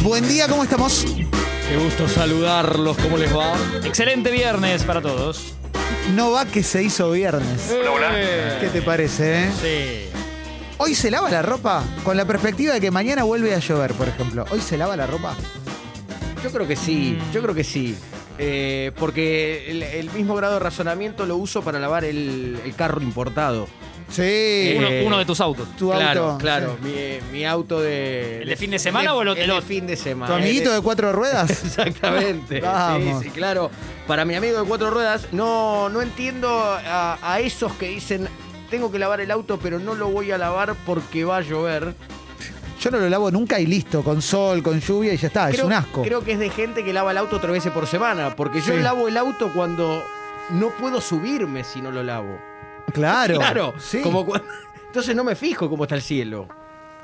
Buen día, ¿cómo estamos? Qué gusto saludarlos, ¿cómo les va? Excelente viernes para todos. No va que se hizo viernes. ¿Qué te parece, eh? Sí. ¿Hoy se lava la ropa? Con la perspectiva de que mañana vuelve a llover, por ejemplo. ¿Hoy se lava la ropa? Yo creo que sí, Mm. yo creo que sí. Eh, porque el, el mismo grado de razonamiento lo uso para lavar el, el carro importado. Sí. Uno, Eh, uno de tus autos. Tu claro, auto. claro. Mi, mi auto ¿El de. de fin de semana o el otro? de fin de sí. semana. ¿Tu amiguito El de cuatro ruedas? Exactamente. sí, Vamos. sí, claro. Para mi amigo de cuatro ruedas, no, no entiendo a, a esos que dicen tengo que lavar el auto, pero no lo voy a lavar porque va a llover. Yo no lo lavo nunca y listo, con sol, con lluvia y ya está. Ah, es un asco. Creo que es de gente que lava el auto tres veces por semana. Porque yo Sí. lavo el auto cuando no puedo subirme si no lo lavo. Claro. Claro. Sí. Como cu- Entonces no me fijo cómo está el cielo.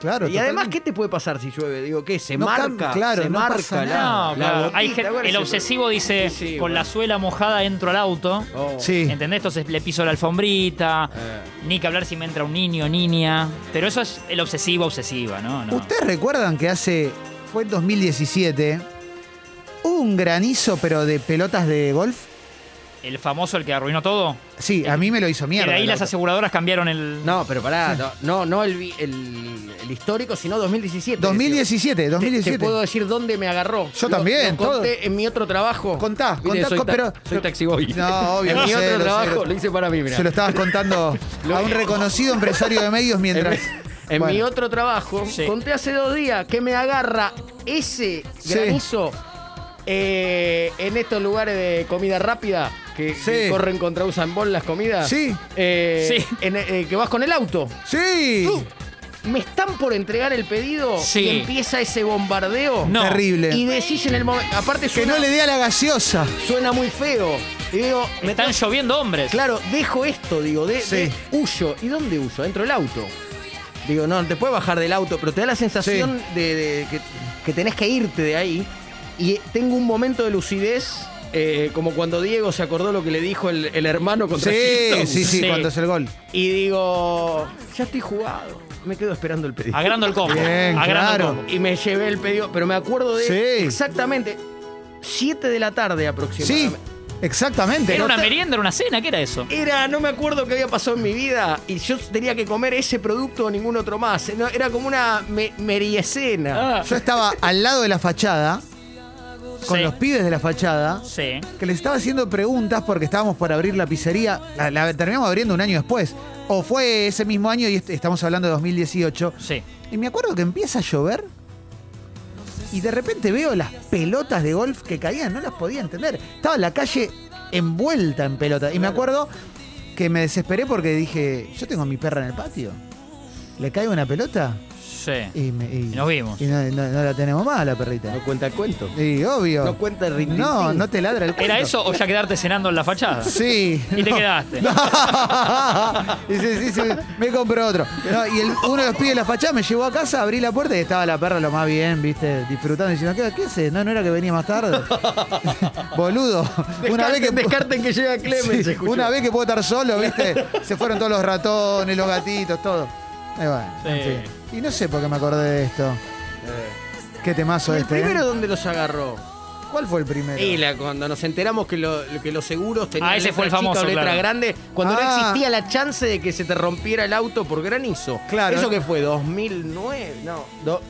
claro. y además, totalmente. ¿qué te puede pasar si llueve? Digo, ¿qué? Se No cam- marca. claro, se no marca pasa la- nada. No, la Ah, claro. gotita, Hay gente- bueno, el se- obsesivo dice, Sí, sí, con la bueno. suela mojada entro al auto. Oh. Sí. ¿Entendés? Entonces le piso la alfombrita. Eh, Ni que hablar si me entra un niño o niña. Pero eso es el obsesivo, obsesiva, ¿no? No. ¿Ustedes recuerdan que hace. fue en 2017. Hubo un granizo, pero de pelotas de golf? El famoso, el que arruinó todo. Sí, a mí me lo hizo Y mierda. de ahí el las auto. aseguradoras cambiaron el... no, pero pará. No, no, no el, vi- el- el histórico, sino 2017. 2017, Te- 2017. Te, puedo decir dónde me agarró. Yo Lo- también, lo conté en mi otro trabajo. Contá, Viste, contá, soy con- ta- pero- Soy taxiboy. No, obvio, En lo mi sé, otro lo sé, trabajo lo- lo, hice para mí, mirá. Se lo estabas contando a un reconocido empresario de medios En, mi- mientras. en Bueno, mi otro trabajo, Sí. conté hace dos días que me agarra ese Sí. granizo eh, en estos lugares de comida rápida que, Sí. que corren contra Usain Bolt las comidas. Sí. Eh, Sí. en- eh, que vas con el auto. ¡Sí! Tú, Me están por entregar el pedido Sí. y empieza ese bombardeo. No. Terrible. Y decís en el momento. Aparte Que suena, no le dé a la gaseosa. suena muy feo. Y digo, Me están tengo- lloviendo hombres. Claro, dejo esto, digo, de, Sí. de- huyo. ¿Y dónde huyo? Dentro del auto. Digo, no, te puedes bajar del auto, pero te da la sensación de, de que, que tenés que irte de ahí. Y tengo un momento de lucidez, eh, como cuando Diego se acordó lo que le dijo el, el hermano contra Sí, Chito. sí, sí, Sí. cuando es el gol. Y digo, ya estoy jugado. Me quedo esperando el pedido. Agrando el combo. Bien, agrando claro. el combo. Y me llevé el pedido, pero me acuerdo de Sí. exactamente 7 de la tarde aproximadamente. Sí, exactamente. ¿Era No una te- merienda? ¿Era una cena? ¿Qué era eso? Era, no me acuerdo qué había pasado en mi vida y yo tenía que comer ese producto o ningún otro más. No, Era como una me meriescena. Yo estaba al lado de la fachada, con Sí. los pibes de la fachada, Sí. que les estaba haciendo preguntas porque estábamos por abrir la pizzería. La, la terminamos abriendo un año después. O fue ese mismo año y est- estamos hablando de 2018. Sí. Y me acuerdo que empieza a llover y de repente veo las pelotas de golf que caían, no las podía entender. Estaba la calle envuelta en pelotas. Y me acuerdo que me desesperé porque dije, yo tengo a mi perra en el patio. ¿Le cae una pelota? Sí. Y, me- y- Y nos vimos. y no, no- no la tenemos más, la perrita. cuenta el cuento. Y obvio. No cuenta el rin, rin, No, rin. no te ladra el cuento. ¿Era eso o ya quedarte cenando en la fachada? Sí. Y te no. quedaste. y sí, sí, sí, me compró otro. No, y el- uno de los pibes de la fachada me llevó a casa, abrí la puerta y estaba la perra lo más bien, viste, disfrutando, diciendo, ¿qué, qué haces? No, no era que venía más tarde. Boludo. Una vez que descarten que llega Clemens. Sí, escuchó. una vez que puedo estar solo, viste, se fueron todos los ratones, los gatitos, todo. Y bueno, en Sí. fin. Y no sé por qué me acordé de esto. Qué temazo ¿El este. ¿eh? primero dónde los agarró? ¿Cuál fue el primero? Y la- cuando nos enteramos que, lo- que los seguros tenían Ah, ese letra fue el chica o famoso, letra claro. grande, cuando no Ah. existía la chance de que se te rompiera el auto por granizo. Claro. ¿Eso que fue? ¿2009? No. do-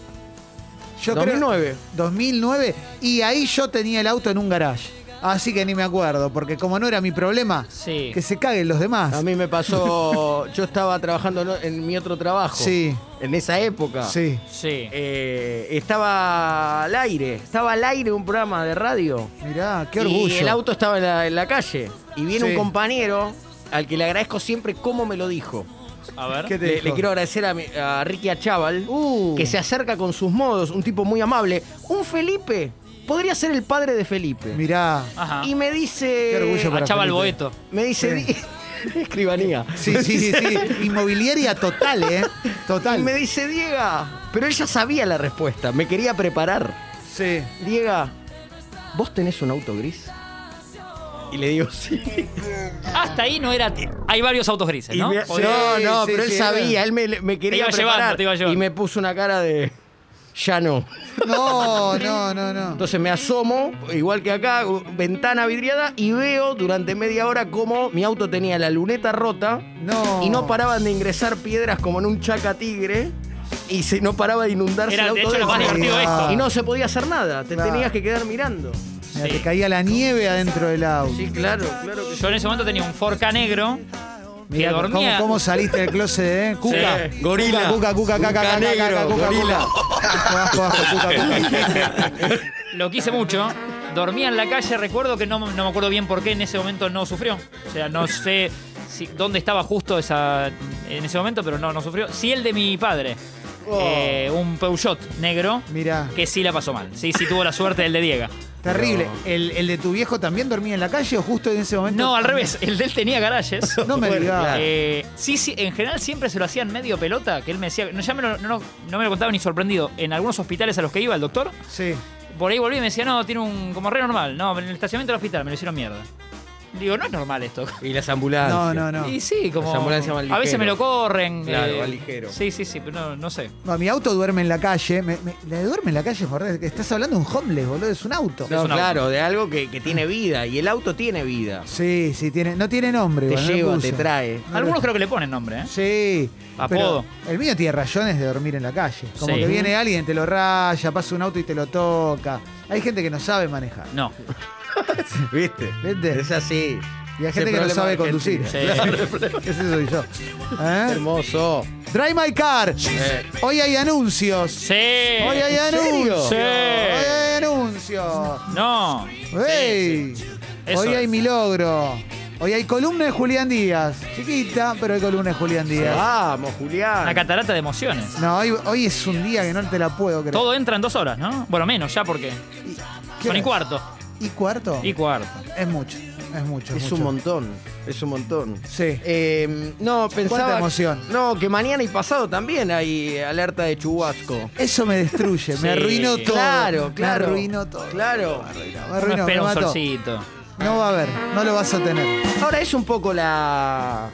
Yo 2009. Creo, 2009. Y ahí yo tenía el auto en un garage. Así que ni me acuerdo, porque como no era mi problema, Sí. que se caguen los demás. A mí me pasó, yo estaba trabajando en o- en mi otro trabajo. Sí. En esa época. Sí. Sí. Eh, estaba al aire, estaba al aire un programa de radio. Mirá, qué Y orgullo. el auto estaba en la, en la calle. Y viene Sí. un compañero al que le agradezco siempre cómo me lo dijo. A ver. ¿Qué te Le, dijo? le quiero agradecer a, mi- a Ricky Achaval, Uh. que se acerca con sus modos, un tipo muy amable. Un Felipe, podría ser el padre de Felipe. Ah. Mirá. Ajá. Y me dice... Qué orgullo para A Chaval Felipe. Boeto. Me dice... Sí. "Di- Escribanía. Sí, sí, sí, sí. Inmobiliaria total, ¿eh? Total. Y me dice, Diega, pero él ya sabía la respuesta, me quería preparar. Sí. Diega, ¿vos tenés un auto gris? Y le digo, sí. Hasta ahí no era. Hay varios autos grises, Y ¿no? me- O- Sí, no, no, sí, pero él sí, sabía, era. él me, me quería iba llevando, preparar. te iba llevando. y me puso una cara de... ya no. No, no, no, no. Entonces me asomo, igual que acá, ventana vidriada, y veo durante media hora cómo mi auto tenía la luneta rota No. y no paraban de ingresar piedras como en un chaca tigre y se, no paraba de inundarse Era, el de auto. hecho, lo más de- divertido de esto. y no se podía hacer nada, te Claro. tenías que quedar mirando. Mira, Sí. te caía la nieve adentro del auto. Sí, claro, claro que sí. Yo en ese momento tenía un Forca negro Mirá, que ¿cómo, dormía. cómo saliste del closet, eh? Cuca. Sí, gorila. Cuca, cuca, cuca, Cuca caca, caca, negro, caca, cuca, gorila. cuca. Abajo, abajo, cuca, cuca. Lo quise mucho. Dormía en la calle, recuerdo que no, no me acuerdo bien por qué en ese momento no sufrió. O sea, no sé si- dónde estaba justo esa, en ese momento, pero no, no sufrió. Sí el de mi padre, eh, un Peugeot negro, Mirá, que sí la pasó mal. Sí, sí tuvo la suerte del de Diego. terrible. ¿El, el de tu viejo también dormía en la calle o justo en ese momento? No, al revés, el de él tenía garajes. No me Bueno, digas. claro. Eh, sí, sí, en general siempre se lo hacían medio pelota, que él me decía, no, ya me lo- no, no me lo contaba ni sorprendido. En algunos hospitales a los que iba el doctor, Sí. Por ahí volví y me decía, no, tiene un. como re normal. No, en el estacionamiento del hospital me lo hicieron mierda. Digo, no es normal esto. Y las ambulancias. No, no, no. Y sí, como. Las ambulancias van a veces ligero. me lo corren. eh, Claro, van ligero. Sí, sí, sí, pero no, no sé. No, mi auto duerme en la calle. Me- me- la de duerme en la calle es horrible. Estás hablando de un homeless, boludo. Es un auto. No, Es un auto. claro, de algo que, que tiene vida. Y el auto tiene vida. Sí, sí, tiene, no tiene nombre. Te igual, no lo lleva, puso. te trae. No Algunos lo- creo que le ponen nombre, ¿eh? Sí. Apodo. pero El mío tiene rayones de dormir en la calle. Como Sí. que viene alguien, te lo raya, pasa un auto y te lo toca. Hay gente que no sabe manejar. No. ¿Viste? ¿Viste? Es así. Y hay Ese gente que no problema sabe de conducir. Sí. Argentina. Ese soy yo. ¿Eh? Hermoso. Drive my car. Eh. Hoy hay anuncios. Sí. Hoy hay ¿en serio? anuncios. Sí. Hoy hay anuncios. No. ¡Ey! Eso Hoy hay es. mi logro. Hoy hay columna de Julián Díaz. Chiquita, pero hay columna de Julián Díaz. Vamos, Julián. Una catarata de emociones. No, hoy, hoy es un día que no te la puedo creer. Todo entra en dos horas, ¿no? Bueno, menos ya porque. ¿Y, qué Son y hora? cuarto. ¿Y cuarto? Y cuarto. Es mucho, es mucho. Es mucho. un montón, es un montón. Sí. Eh, no, pensaba. Cuánta emoción. No, que mañana y pasado también hay alerta de chubasco. Eso me destruye, Sí. me arruinó todo. Claro, claro. Me arruinó todo. Claro. Me Uno arruinó, me espera un mató. solcito. No va a haber, no lo vas a tener. Ahora es un poco la.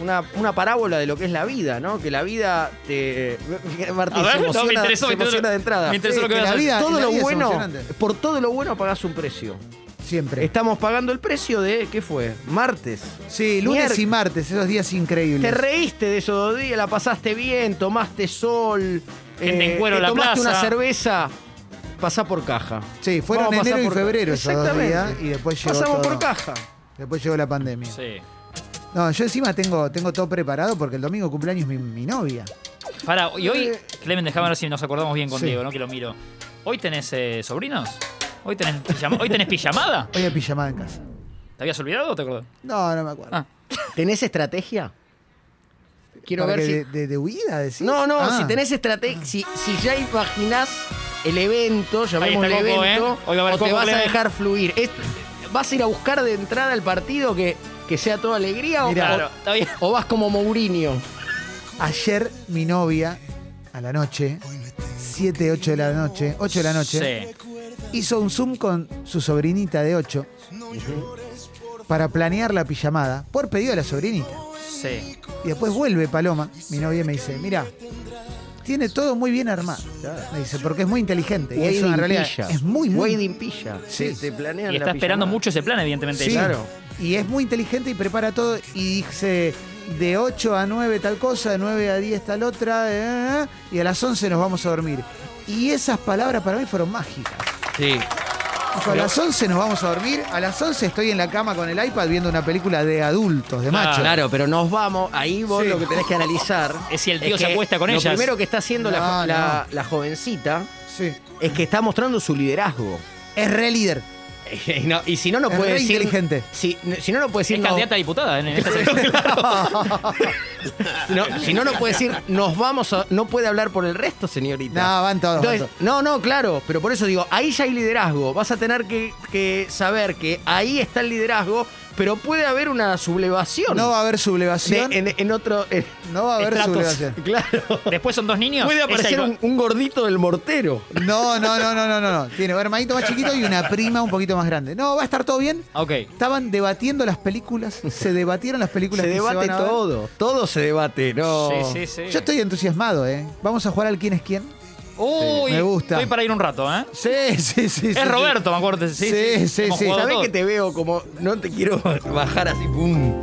Una, una parábola de lo que es la vida, ¿no? Que la vida te. Martín, A ver, se no, me emociona, interesó, se me interesó. emociona de entrada. Me interesó Sí, lo que que vas a la hacer. vida- Todo lo es bueno, emocionante. por todo lo bueno pagás un precio. Siempre. Este Estamos pagando el precio de, ¿qué fue? Martes. Sí, lunes Mier- y martes, esos días increíbles. Te reíste de esos dos días, la pasaste bien, tomaste sol. Gente en cuero te en la tomaste plaza. una cerveza, pasá por caja. Sí, fueron Vamos a pasar enero y por- febrero esos dos Exactamente. días y después llegó Pasamos todo. por caja. Después llegó la pandemia. Sí. No, yo encima tengo, tengo todo preparado porque el domingo cumpleaños mi, mi novia. Pará, y hoy, Clemen, déjame ver si nos acordamos bien con Eh, Sí. Diego, ¿no? Que lo miro. ¿Hoy tenés eh, sobrinos? ¿Hoy tenés, pijama- ¿Hoy tenés pijamada? Hoy hay pijamada en casa. ¿Te habías olvidado o te acordás? No, no me acuerdo. Ah, ¿Tenés estrategia? Quiero Para que ver si. de, de- de huida, decís. No, no, Ah. si tenés estrategia. Si, si ya imaginás el evento, llamémosle Ahí está Coco, evento, ¿eh? Hoy va a haber o te Coco vas a Clemen. dejar fluir. Es- ¿Vas a ir a buscar de entrada al partido que, que sea toda alegría o, Mirá. claro, está bien. o vas como Mourinho? Ayer mi novia, a la noche, 7, 8 de la noche, 8 de la noche, Sí. hizo un Zoom con su sobrinita de 8 para planear la pijamada por pedido de la sobrinita. Sí. Y después vuelve Paloma, mi novia, y me dice, mira, tiene todo muy bien armado. Me dice, porque es muy inteligente. Y es una realidad. Es muy, muy... Wading pilla. Sí. Te- te planean Y la está esperando pijamada. mucho ese plan, evidentemente. Sí. ella. Claro. Y es muy inteligente y prepara todo. Y dice, de 8 a 9 tal cosa, de 9 a 10 tal otra, eh, y a las 11 nos vamos a dormir. Y esas palabras para mí fueron mágicas. Sí. Dijo, a las 11 nos vamos a dormir, a las 11 estoy en la cama con el iPad viendo una película de adultos, Ah. de machos. Claro, pero nos vamos. Ahí vos Sí. lo que tenés que analizar. Es si el tío se que acuesta con lo ellas. Lo primero que está haciendo la, No, la- la jovencita Sí. es que está mostrando su liderazgo. Es re líder. Y, no- y si no, no Es puede re decir. inteligente. Si, si no, no puede decir. Es no- candidata a diputada en, en esta sección. no, si no, no puede decir. Nos vamos a. No puede hablar por el resto, señorita. No, van todos, van Entonces, no, no, claro, pero por eso digo, ahí ya hay liderazgo. Vas a tener que, que saber que ahí está el liderazgo, pero puede haber una sublevación. No va a haber de- sublevación. en, en otro. en- No va a haber Estratos. sublevación. claro. Después son dos niños. Puede ella aparecer iba- un, un gordito del mortero. No, no, no, no, no, no, no. Tiene un hermanito más chiquito y una prima un poquito más grande. No, va a estar todo bien. Ok. Estaban debatiendo las películas, se debatieron las películas. Se que debate van a ver. todo. Todo se debate, ¿no? Oh. Sí, sí, sí. Yo estoy entusiasmado, ¿eh? Vamos a jugar al quién es quién. Uy, Me gusta. Estoy para ir un rato, ¿eh? Sí, sí, sí. Es Roberto, me acuerdo. Sí, Sí, sí, Hemos sí. jugado ¿Sabés todo. que te veo como. No te quiero bajar así, ¡pum!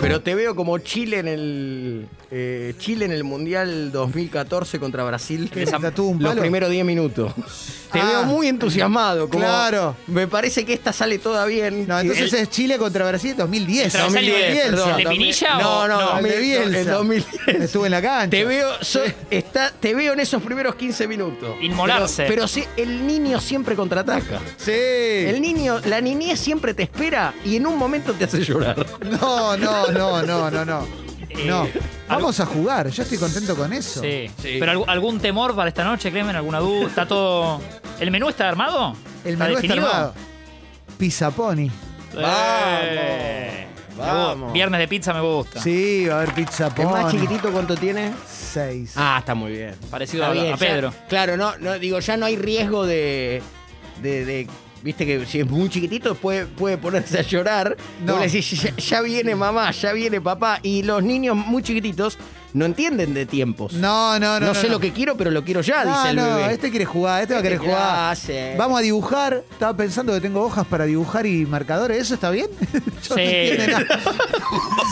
Pero te veo como Chile en el. eh, Chile en el Mundial 2014 contra Brasil. ¿Qué, le tatuó un Los palo? primeros 10 minutos. Te Ah. veo muy entusiasmado. como, Claro. Me parece que esta sale toda bien. Eh, No, entonces es Chile contra Brasil 2010. El travesaño de- Bielsa. perdón, ¿de Pinilla No, o- no, No, el de 2000, Bielsa. el 2010. Estuve en la cancha. Te veo, so- está, te veo en esos primeros 15 minutos. Inmolarse. Pero, pero sí, el niño siempre contraataca. Sí. El niño, la niñez siempre te espera y en un momento te hace llorar. No, no, no, no, no, no. Eh, No. algo- Vamos a jugar. Yo estoy contento con eso. Sí. Sí. ¿Pero algu- algún temor para esta noche, Clemen? ¿Alguna duda? ¿Está todo. ¿El menú está armado? El menú está definido? armado. Pizza Pony. Eh, Vamos, me gusta. vamos. Viernes de pizza me gusta. Sí, va a haber Pizza Pony. ¿El más chiquitito cuánto tiene? Seis. Ah, está muy bien. Parecido Está a, bien, a ya- Pedro. claro, no, no, digo, ya no hay riesgo de. de- de- Viste que si es muy chiquitito puede, puede ponerse a llorar. No. No. le decís, ya, ya viene mamá, ya viene papá. Y los niños muy chiquititos no entienden de tiempos. No, no, no. No no, sé no. lo que quiero, pero lo quiero ya, No, Ah, dice el no, bebé. este quiere jugar, este va a Este querer jugar. clase. Vamos a dibujar. Estaba pensando que tengo hojas para dibujar y marcadores. ¿Eso está bien? Yo no Sí. entiendo nada.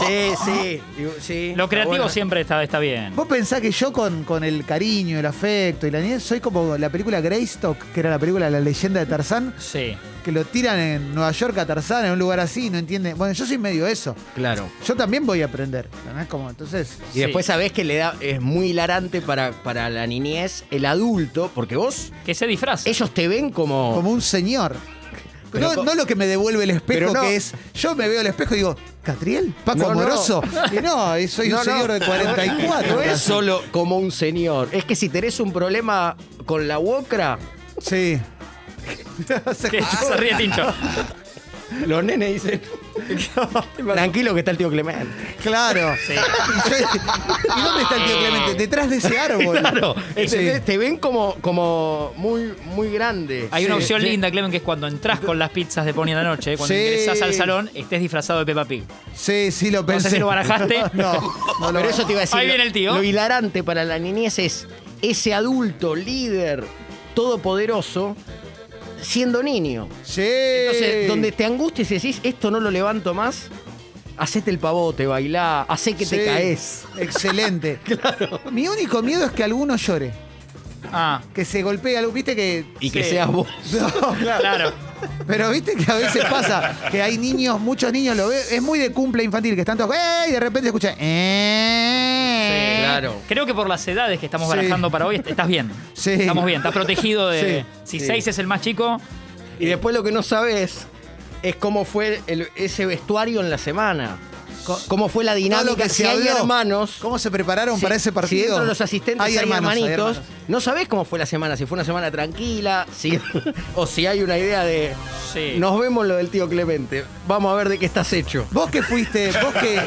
Sí, sí, digo, sí. Lo Está creativo bueno. siempre está, está bien. Vos pensás que yo con, con el cariño, el afecto y la niñez soy como la película Greystock, que era la película La leyenda de Tarzán, Sí. que lo tiran en Nueva York a Tarzán, en un lugar así, y no entiende. Bueno, yo soy medio eso. Claro. Yo también voy a aprender. ¿entendés? Como, entonces, Y después sabés que le da, es muy hilarante para, para la niñez, el adulto, porque vos, Que se disfraza. ellos te ven como. como un señor. Pero no, co- no lo que me devuelve el espejo, Pero no. que es. Yo me veo al espejo y digo, ¿Catriel? ¿Paco No, no. Amoroso? Y no, y soy No, un no. señor de 44. No es casi. solo como un señor. Es que si tenés un problema con la UOCRA, Sí. Que se ríe Tincho. los nenes dicen. Tranquilo que está el tío Clemente. Claro. Sí. Y yo- ¿Y dónde está el tío Eh. Clemente? Detrás de ese árbol. Claro. Sí. Te, te ven como, como muy, muy grande. Hay una Sí, opción sí. linda, Clemen, que es cuando entras con las pizzas de Pony en la noche, cuando Sí. ingresás al salón, estés disfrazado de Peppa Pig. Sí, sí, lo sé pensé. si lo barajaste. No, no lo Pero eso te iba a decir. Ahí viene lo- el tío. Lo hilarante para la niñez es ese adulto, líder, todopoderoso, siendo niño. Sí. Entonces, donde te angusties y decís, esto no lo levanto más, hacete el pavote, bailá, hacé que te Sí. caes. Excelente. claro. Mi único miedo es que alguno llore. Ah, Que se golpee algo. Viste que. Y que Sí. seas vos. No, claro. claro. Pero viste que a veces pasa que hay niños, muchos niños lo ven. Es muy de cumple infantil, que están todos. ¡Eh! Y de repente escuchan. ¡Eh! Claro. Creo que por las edades que estamos Sí. barajando para hoy, est- estás bien. Sí. Estamos bien, estás protegido de. Sí, si sí. 6 es el más chico, Y después lo que no sabes es cómo fue el- ese vestuario en la semana. Co- Cómo fue la Todo dinámica. lo que se si hay habló. hermanos. ¿Cómo se prepararon si- para ese partido? Si dentro de los asistentes hay, hermanitos, hermanos. no sabés cómo fue la semana, si fue una semana tranquila, si, o si hay una idea de sí. nos vemos lo del tío Clemente, vamos a ver de qué estás hecho. Vos que fuiste, vos que.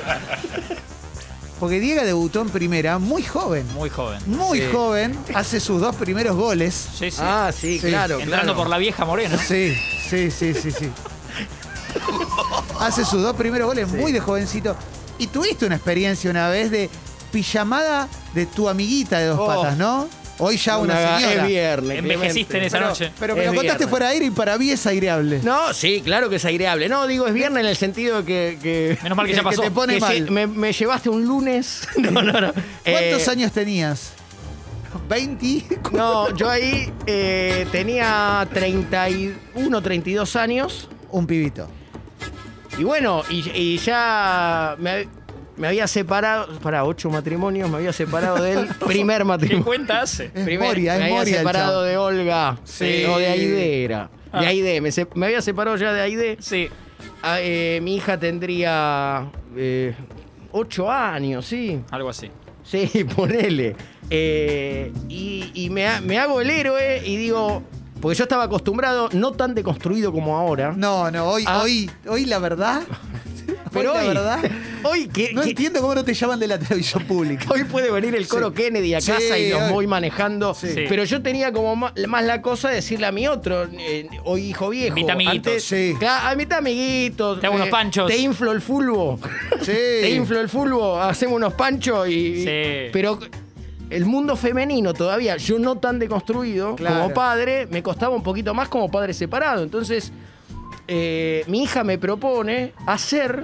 Porque Diego debutó en primera muy joven. Muy joven. Muy Sí. joven. Hace sus dos primeros goles. Sí, sí. Ah, sí, Sí. claro. Entrando claro. por la vieja morena. Sí, sí, sí, sí, sí. Hace sus dos primeros goles muy de jovencito. Y tuviste una experiencia una vez de pijamada de tu amiguita de dos Oh. patas, ¿no? Hoy ya una, Una- señora. Es viernes. Envejeciste Clemente. en esa Pero- noche. Pero me Es lo contaste viernes. fuera de aire y para mí es aireable. No, sí, claro que es aireable. No, digo, es viernes en el sentido que. que Menos mal que ya pasó. te pone que mal. sí, me, me llevaste un lunes. No, no, no. ¿Cuántos Eh, años tenías? 20. No, yo ahí eh, tenía 31, 32 años. Un pibito. Y bueno, y, y ya me, me había separado. Para ocho matrimonios, me había separado del primer ¿Qué matrimonio. cuenta hace? Es Primer- Moria, me es había Moria. el separado chabón. de Olga. Sí. No, de Aide era. De Ah. Aide. Me, se- me había separado ya de Aide. Sí. Ah, eh, mi hija tendría eh, ocho años, sí. Algo así. Sí, ponele. Eh, y y me, ha- me hago el héroe y digo, porque yo estaba acostumbrado, no tan deconstruido como ahora. No, no, hoy, Ah. hoy, hoy la verdad. pero hoy, la hoy, verdad. hoy que, No que- entiendo cómo no te llaman de la televisión pública. hoy puede venir el coro Sí. Kennedy a Sí, casa y los hoy. voy manejando. Sí. Pero yo tenía como ma- más, la cosa de decirle a mi otro, eh, hoy hijo viejo. Invita amiguitos. Sí. Claro, a mitad amiguitos. eh, Te hago unos panchos. Te inflo el fulbo. Sí. Te inflo el fulbo, hacemos unos panchos y. Sí. Pero. eh, el mundo femenino todavía, yo no tan deconstruido Claro. como padre, me costaba un poquito más como padre separado. Entonces, eh, mi hija me propone hacer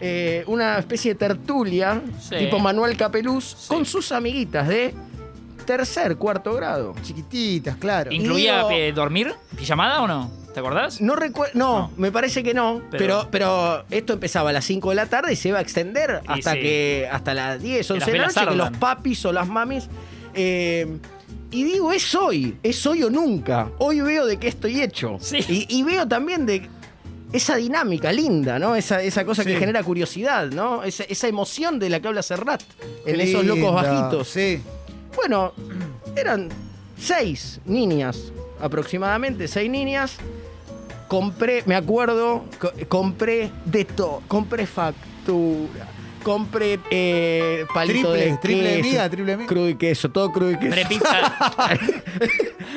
eh, una especie de tertulia, Sí. tipo Manuel Capeluz, con sus amiguitas de tercer, cuarto grado. Chiquititas, claro. Y- ¿Incluía Digo- eh, dormir? ¿Pijamada o no? ¿Te acordás? No recuerdo. No, No. me parece que no. Pero- Pero, pero, esto empezaba a las 5 de la tarde y se va a extender Y hasta sí. que. hasta las 10, 11 de la velas noche, que los ardan. papis o las mamis. eh, y digo, es hoy, es hoy o nunca. Hoy veo de qué estoy hecho. Sí. Y, y veo también de esa dinámica linda, ¿no? Esa, esa cosa que Sí. genera curiosidad, ¿no? Esa, esa emoción de la que habla Serrat en Qué esos locos lindo. bajitos. Sí. Bueno, eran seis niñas, aproximadamente seis niñas. Compré, me acuerdo, co- compré de todo. Compré factura, compré eh, palito Triple, de triple de queso, miga, triple de miga. Crudo y queso, todo crudo y queso. Prepizza.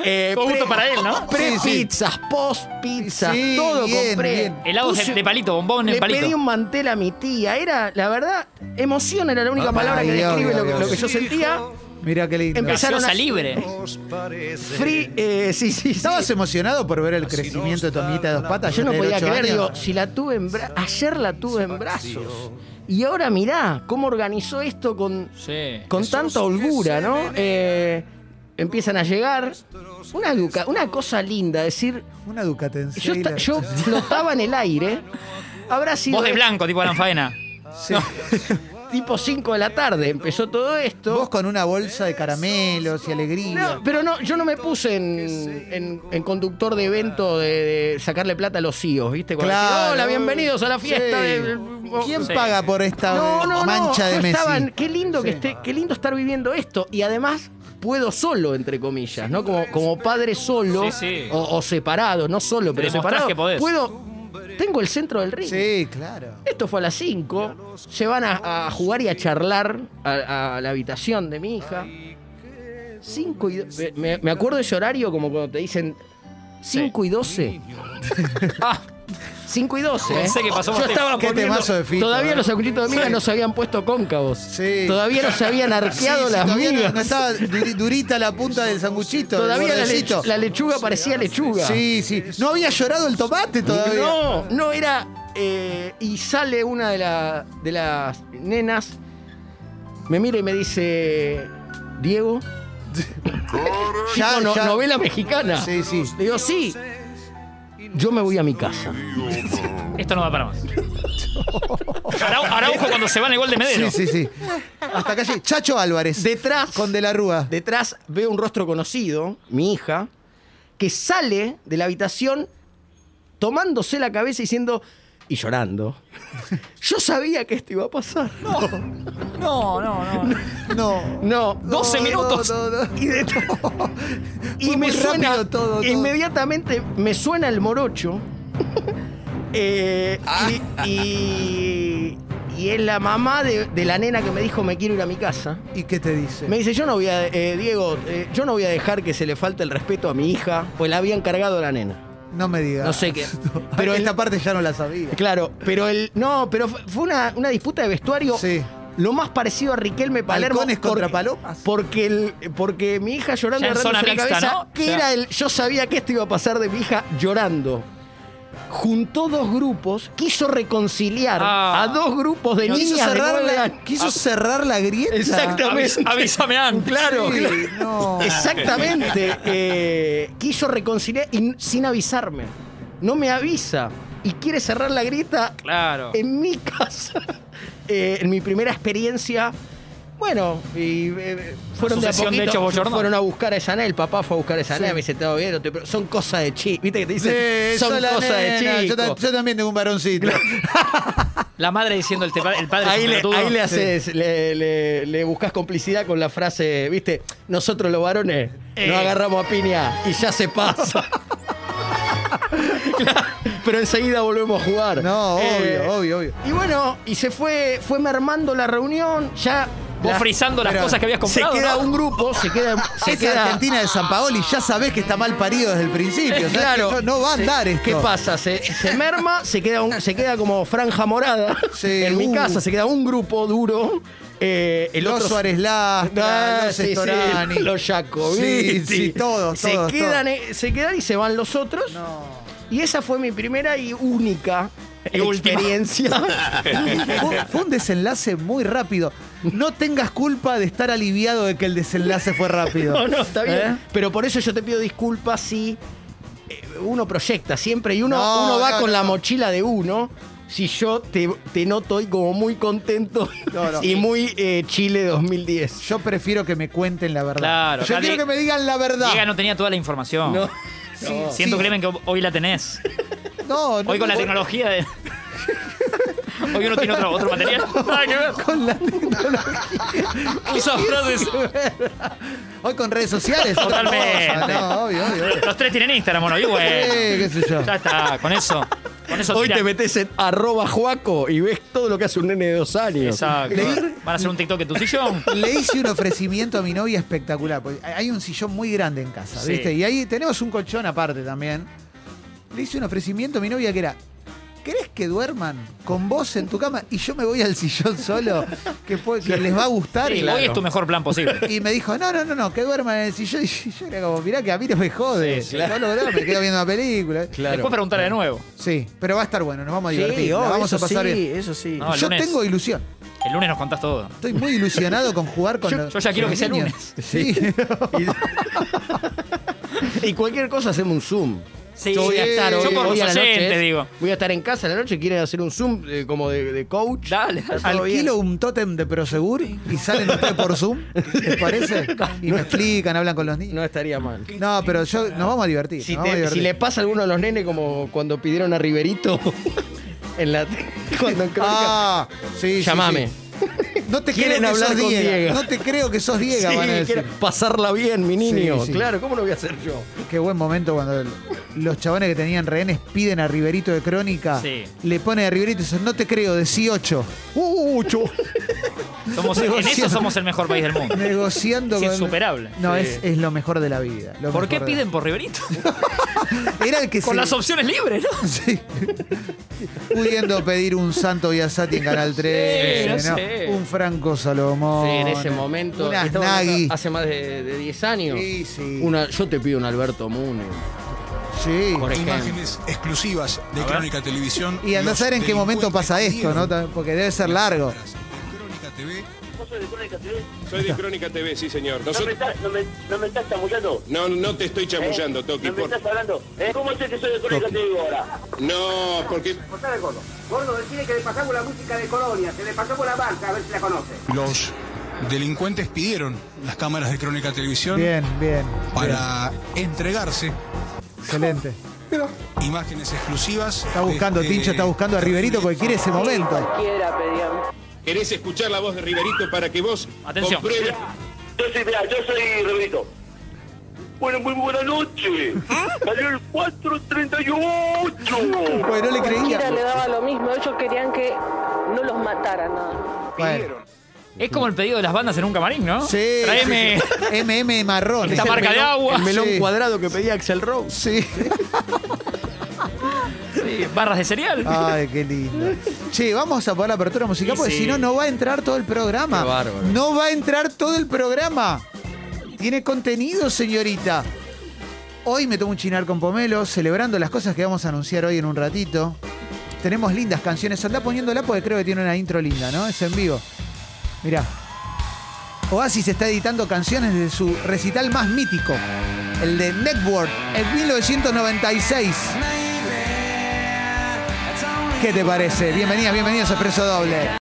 Eh, Todo gusto para él, ¿no? Sí, sí. Pre-pizzas, post-pizzas, Sí, todo bien, compré. bien. Helados de, Puse- de palito, bombón le en palito. pedí un mantel a mi tía. Era, la verdad, emoción era la única Ah, palabra que ay, describe obvio, lo, que- obvio, lo que obvio. yo sentía. Mirá qué lindo. Empezá- Gaseosa empezaron a- libre. Free, eh, sí, sí, sí. ¿Estabas emocionado por ver el crecimiento de tu amiguita de dos patas? Yo no Tener podía ocho creer, años. digo, si la tuve en bra- ayer la tuve en brazos. Y ahora mirá cómo organizó esto con, Sí. con tanta holgura, ¿no? Eh, empiezan a llegar. Una, educa- una cosa linda, decir, Una Ducatense. yo, esta- yo flotaba en el aire. Habrá sido Voz de eh, blanco, tipo Alan Faena. tipo 5 de la tarde, empezó todo esto. Vos con una bolsa de caramelos y alegría. No, pero no, yo no me puse en, en- en conductor de evento de, de sacarle plata a los CEOs, ¿viste? Cuando Claro. decís, Hola, bienvenidos a la fiesta. Sí. del- oh, ¿Quién Sí. paga por esta No, no, mancha no, de yo Messi? estaba en- qué lindo que Sí. esté, qué lindo estar viviendo esto. Y además puedo solo, entre comillas, ¿no? Como, como padre solo Sí, sí. O, o separado, no solo, pero demostrás separado. que podés. Puedo, tengo el centro del ring. Sí, claro. Esto fue a las 5. Se van a, a jugar y a charlar a, a la habitación de mi hija. 5 y do- me, me acuerdo de ese horario como cuando te dicen 5 y 12. Ah, 5 y 12. Pensé que pasó más Yo tiempo. estaba Qué poniendo- temazo de Fito, Todavía eh. los sacuchitos de miga no se habían puesto cóncavos. Sí. Todavía no se habían arqueado Sí, sí, las todavía no- migas. no estaba duri- durita la punta del sanguchito. del todavía la, lech- bordecito. la lechuga parecía lechuga. Sí, sí. No había llorado el tomate todavía. No, no era. eh, y sale una de, la- de las nenas, me mira y me dice: Diego, Ya, tipo no- ya- novela mexicana. Sí, sí. Le digo, sí. Yo me voy a mi casa. esto no va para más. Arau- Araujo cuando se va en el gol de Medero. Sí, sí, sí. Hasta calle. Chacho Álvarez. Detrás, con De la Rúa. detrás veo un rostro conocido, mi hija, que sale de la habitación tomándose la cabeza y diciendo y llorando. Yo sabía que esto iba a pasar. No, no, no. No. No, 12 No, minutos. no, no, no. Y, de- y Fue muy me suena rápido todo, todo. inmediatamente me suena el morocho. Eh, y, y- y es la mamá de, de la nena que me dijo me quiero ir a mi casa. ¿Y qué te dice? Me dice, yo no voy a, eh, Diego, eh, yo no voy a dejar que se le falte el respeto a mi hija, pues la había encargado la nena. No me digas. No sé qué. Pero Pero el- esta parte ya no la sabía. Claro, pero el. No, pero fu- fue una, una disputa de vestuario. Sí. Lo más parecido a Riquelme Palermo. Halcones por- contra palomas. Porque, el- porque mi hija llorando Ya en agarrándose zona la mixta, cabeza, ¿no? que Ya. era el. Yo sabía que esto iba a pasar de mi hija llorando. Juntó dos grupos, quiso reconciliar Ah. a dos grupos de Quiso niñas de cerrar, nueve la, años. quiso cerrar la grieta. Exactamente. Avis- avísame antes. Claro, Sí, claro. no. Exactamente. eh, quiso reconciliar y n- sin avisarme. No me avisa. Y quiere cerrar la grieta Claro. en mi casa. Eh, en mi primera experiencia. Bueno, y eh, fueron de a sucesión de poquito, hechos bochornosos. fueron a buscar a Esaná, el papá fue a buscar a Esaná, Sí. me dice, todo bien, no te preocupes". son cosas de chi, viste que te Sí, dicen, son sola cosas nena. de Yo, ta- chico. yo también tengo un varoncito. La madre diciendo el, te- este el padre es Ahí un le, pelotudo. ahí le haces, le, le- le buscas complicidad con la frase, viste, nosotros los varones Eh. nos agarramos a piña y ya se pasa. Claro, pero enseguida volvemos a jugar. No, Eh, obvio, obvio, obvio. Y bueno, y se fue, fue mermando la reunión, ya. Vos la- frizando las Pero cosas que habías se comprado. queda ¿no? un grupo, se queda. Se Esa queda Argentina de San Paoli ya sabés que está mal parido desde el principio. ¿sabés? Claro. No, no va a Se- andar esto. ¿Qué pasa? Se, se merma, se queda, un- se queda como franja morada Sí, en mi uh. casa, se queda un grupo duro Eh, el los otro- Suárez Lastra, Ah, los sí, sí, Estorani. los Jacobiti. Sí, sí, todos, se todos, Quedan, eh, se quedan y se van los otros. No. Y esa fue mi primera y única Y última. experiencia. Fue, fue un desenlace muy rápido. No tengas culpa de estar aliviado de que el desenlace fue rápido. no, no, está bien. ¿Eh? Pero por eso yo te pido disculpas si eh, uno proyecta siempre y uno, No, uno va no, con no, la no. mochila de uno. Si yo te, te noto hoy como muy contento No, no. y muy eh, Chile 2010. Yo prefiero que me cuenten la verdad. Claro, Yo acá quiero Diego- que me digan la verdad. Diego no tenía toda la información. No. Sí, Siento, sí. Clemen, que hoy la tenés. No, no, Hoy con la no, tecnología de... Hoy uno tiene otro, otro material. Nada que ver. con la tecnología. Usa frases. Hoy con redes sociales. otra Totalmente. cosa. No, obvio, obvio. obvio. Los tres tienen Instagram, bueno, y bueno. Eh, qué sé yo. Ya está, con eso. Con eso Hoy tira. te metes en arroba juaco y ves todo lo que hace un nene de dos años. Exacto. Van a hacer un TikTok en tu sillón. Le hice un ofrecimiento a mi novia espectacular. Porque hay un sillón muy grande en casa, Sí. ¿viste? Y ahí tenemos un colchón aparte también. Le hice un ofrecimiento a mi novia que era. ¿Crees que duerman con vos en tu cama y yo me voy al sillón solo? Que, puede- que les va a gustar. Sí, y, Hoy es tu mejor plan posible. y me dijo, no, no, no, no, que duerman en el sillón. Y yo era como, mirá que a mí no me jode. Sí, sí. No lo grabo, me quedo viendo una película. Después preguntarle de nuevo. Sí, pero va a estar bueno, nos vamos a Sí, divertir. la oh, vamos eso a pasar sí, bien. eso sí. No, el yo lunes. tengo ilusión. El lunes nos contás todo. Estoy muy ilusionado con jugar con Yo- los yo ya quiero que sea niños. lunes. Sí. Y cualquier cosa hacemos un Zoom. Sí, yo voy a estar yo hoy, por hoy los a la noche. oyentes, ¿eh? digo. Voy a estar en casa a la noche, quieren hacer un Zoom eh, como de, de coach. Dale, dale. Está todo bien. Alquilo un tótem de Prosegur y salen ustedes por Zoom, ¿les parece? Y me explican, hablan con los niños. No estaría mal. No, pero yo, nos vamos a divertir. Si, nos vamos a te- si divertir. le pasa a alguno de los nenes como cuando pidieron a Riverito en la cuando en Crónica, Ah, sí, sí, llamame. sí. No te Quieren creo que hablar sos con Diego. Diego. No te creo que sos Diego, Sí, van a decir. quiero pasarla bien, mi niño. sí. Claro, ¿cómo lo voy a hacer yo? Qué buen momento cuando el- los chabones que tenían rehenes piden a Riverito de Crónica. Sí. Le ponen a Riverito y dicen, no te creo, 18. ¡Uh, ocho. Somos, en eso Negociando. somos el mejor país del mundo. Negociando Es con. insuperable. No, Sí. es, es lo mejor de la vida. lo ¿Por qué mejor de- piden por Riverito? Era el que Con se- las opciones libres, ¿no? Sí. Pudiendo pedir un Santo Biasati en Canal 3, no sé. un Franco Salomón. Sí, en ese momento. Unas estamos hablando Nagui. Hace más de, de 10 años. Sí, sí. Una, yo te pido un Alberto Mune, Sí. por ejemplo. Imágenes exclusivas de ver. Crónica Televisión. Y andá a Los saber en qué momento pasa esto, delincuentes ¿no? También, Porque debe ser largo. de Crónica TV Soy de Crónica TV, sí, señor. No me Nosotros- estás, no me, no me estás chamullando. No, no te estoy chamullando, ¿eh? Toki. No me por- estás hablando. ¿eh? ¿Cómo es que soy de Crónica te digo ahora? No, porque Cortale, gordo. Gordo, decide que le pasamos la música de Colonia, que le pasamos la banca, a ver si la conoce. Los delincuentes pidieron las cámaras de Crónica Televisión Bien, bien. para entregarse bien, Excelente. imágenes exclusivas. este Está buscando, desde- Tincho está buscando a Riverito porque quiere ese momento. querés escuchar la voz de Riverito para que vos Atención. compruebes. Yo soy, mirá, yo soy Roberto. Bueno, muy buena noche. Salió el 438. Bueno, no le Cualquiera le creía. daba lo mismo, ellos querían que no los mataran nada más. Bueno. Es como el pedido de las bandas en un camarín, ¿no? Sí. Traeme MM marrón. esta Es el marca de melón- agua. El melón Sí. cuadrado que pedía Axel Rose. Sí. Sí, barras de cereal. Ah, Ay, qué lindo. Che, vamos a poner la apertura musical Y porque sí. si no, no va a entrar todo el programa. Qué bárbaro. No va a entrar todo el programa. Tiene contenido, señorita. Hoy me tomo un chinar con pomelo, celebrando las cosas que vamos a anunciar hoy en un ratito. Tenemos lindas canciones. Andá poniéndola porque creo que tiene una intro linda, ¿no? Es en vivo. Mirá. Oasis está editando canciones de su recital más mítico, el de Network, en 1996. ¿Qué te parece? Bienvenidas, bienvenidos a Expreso Doble.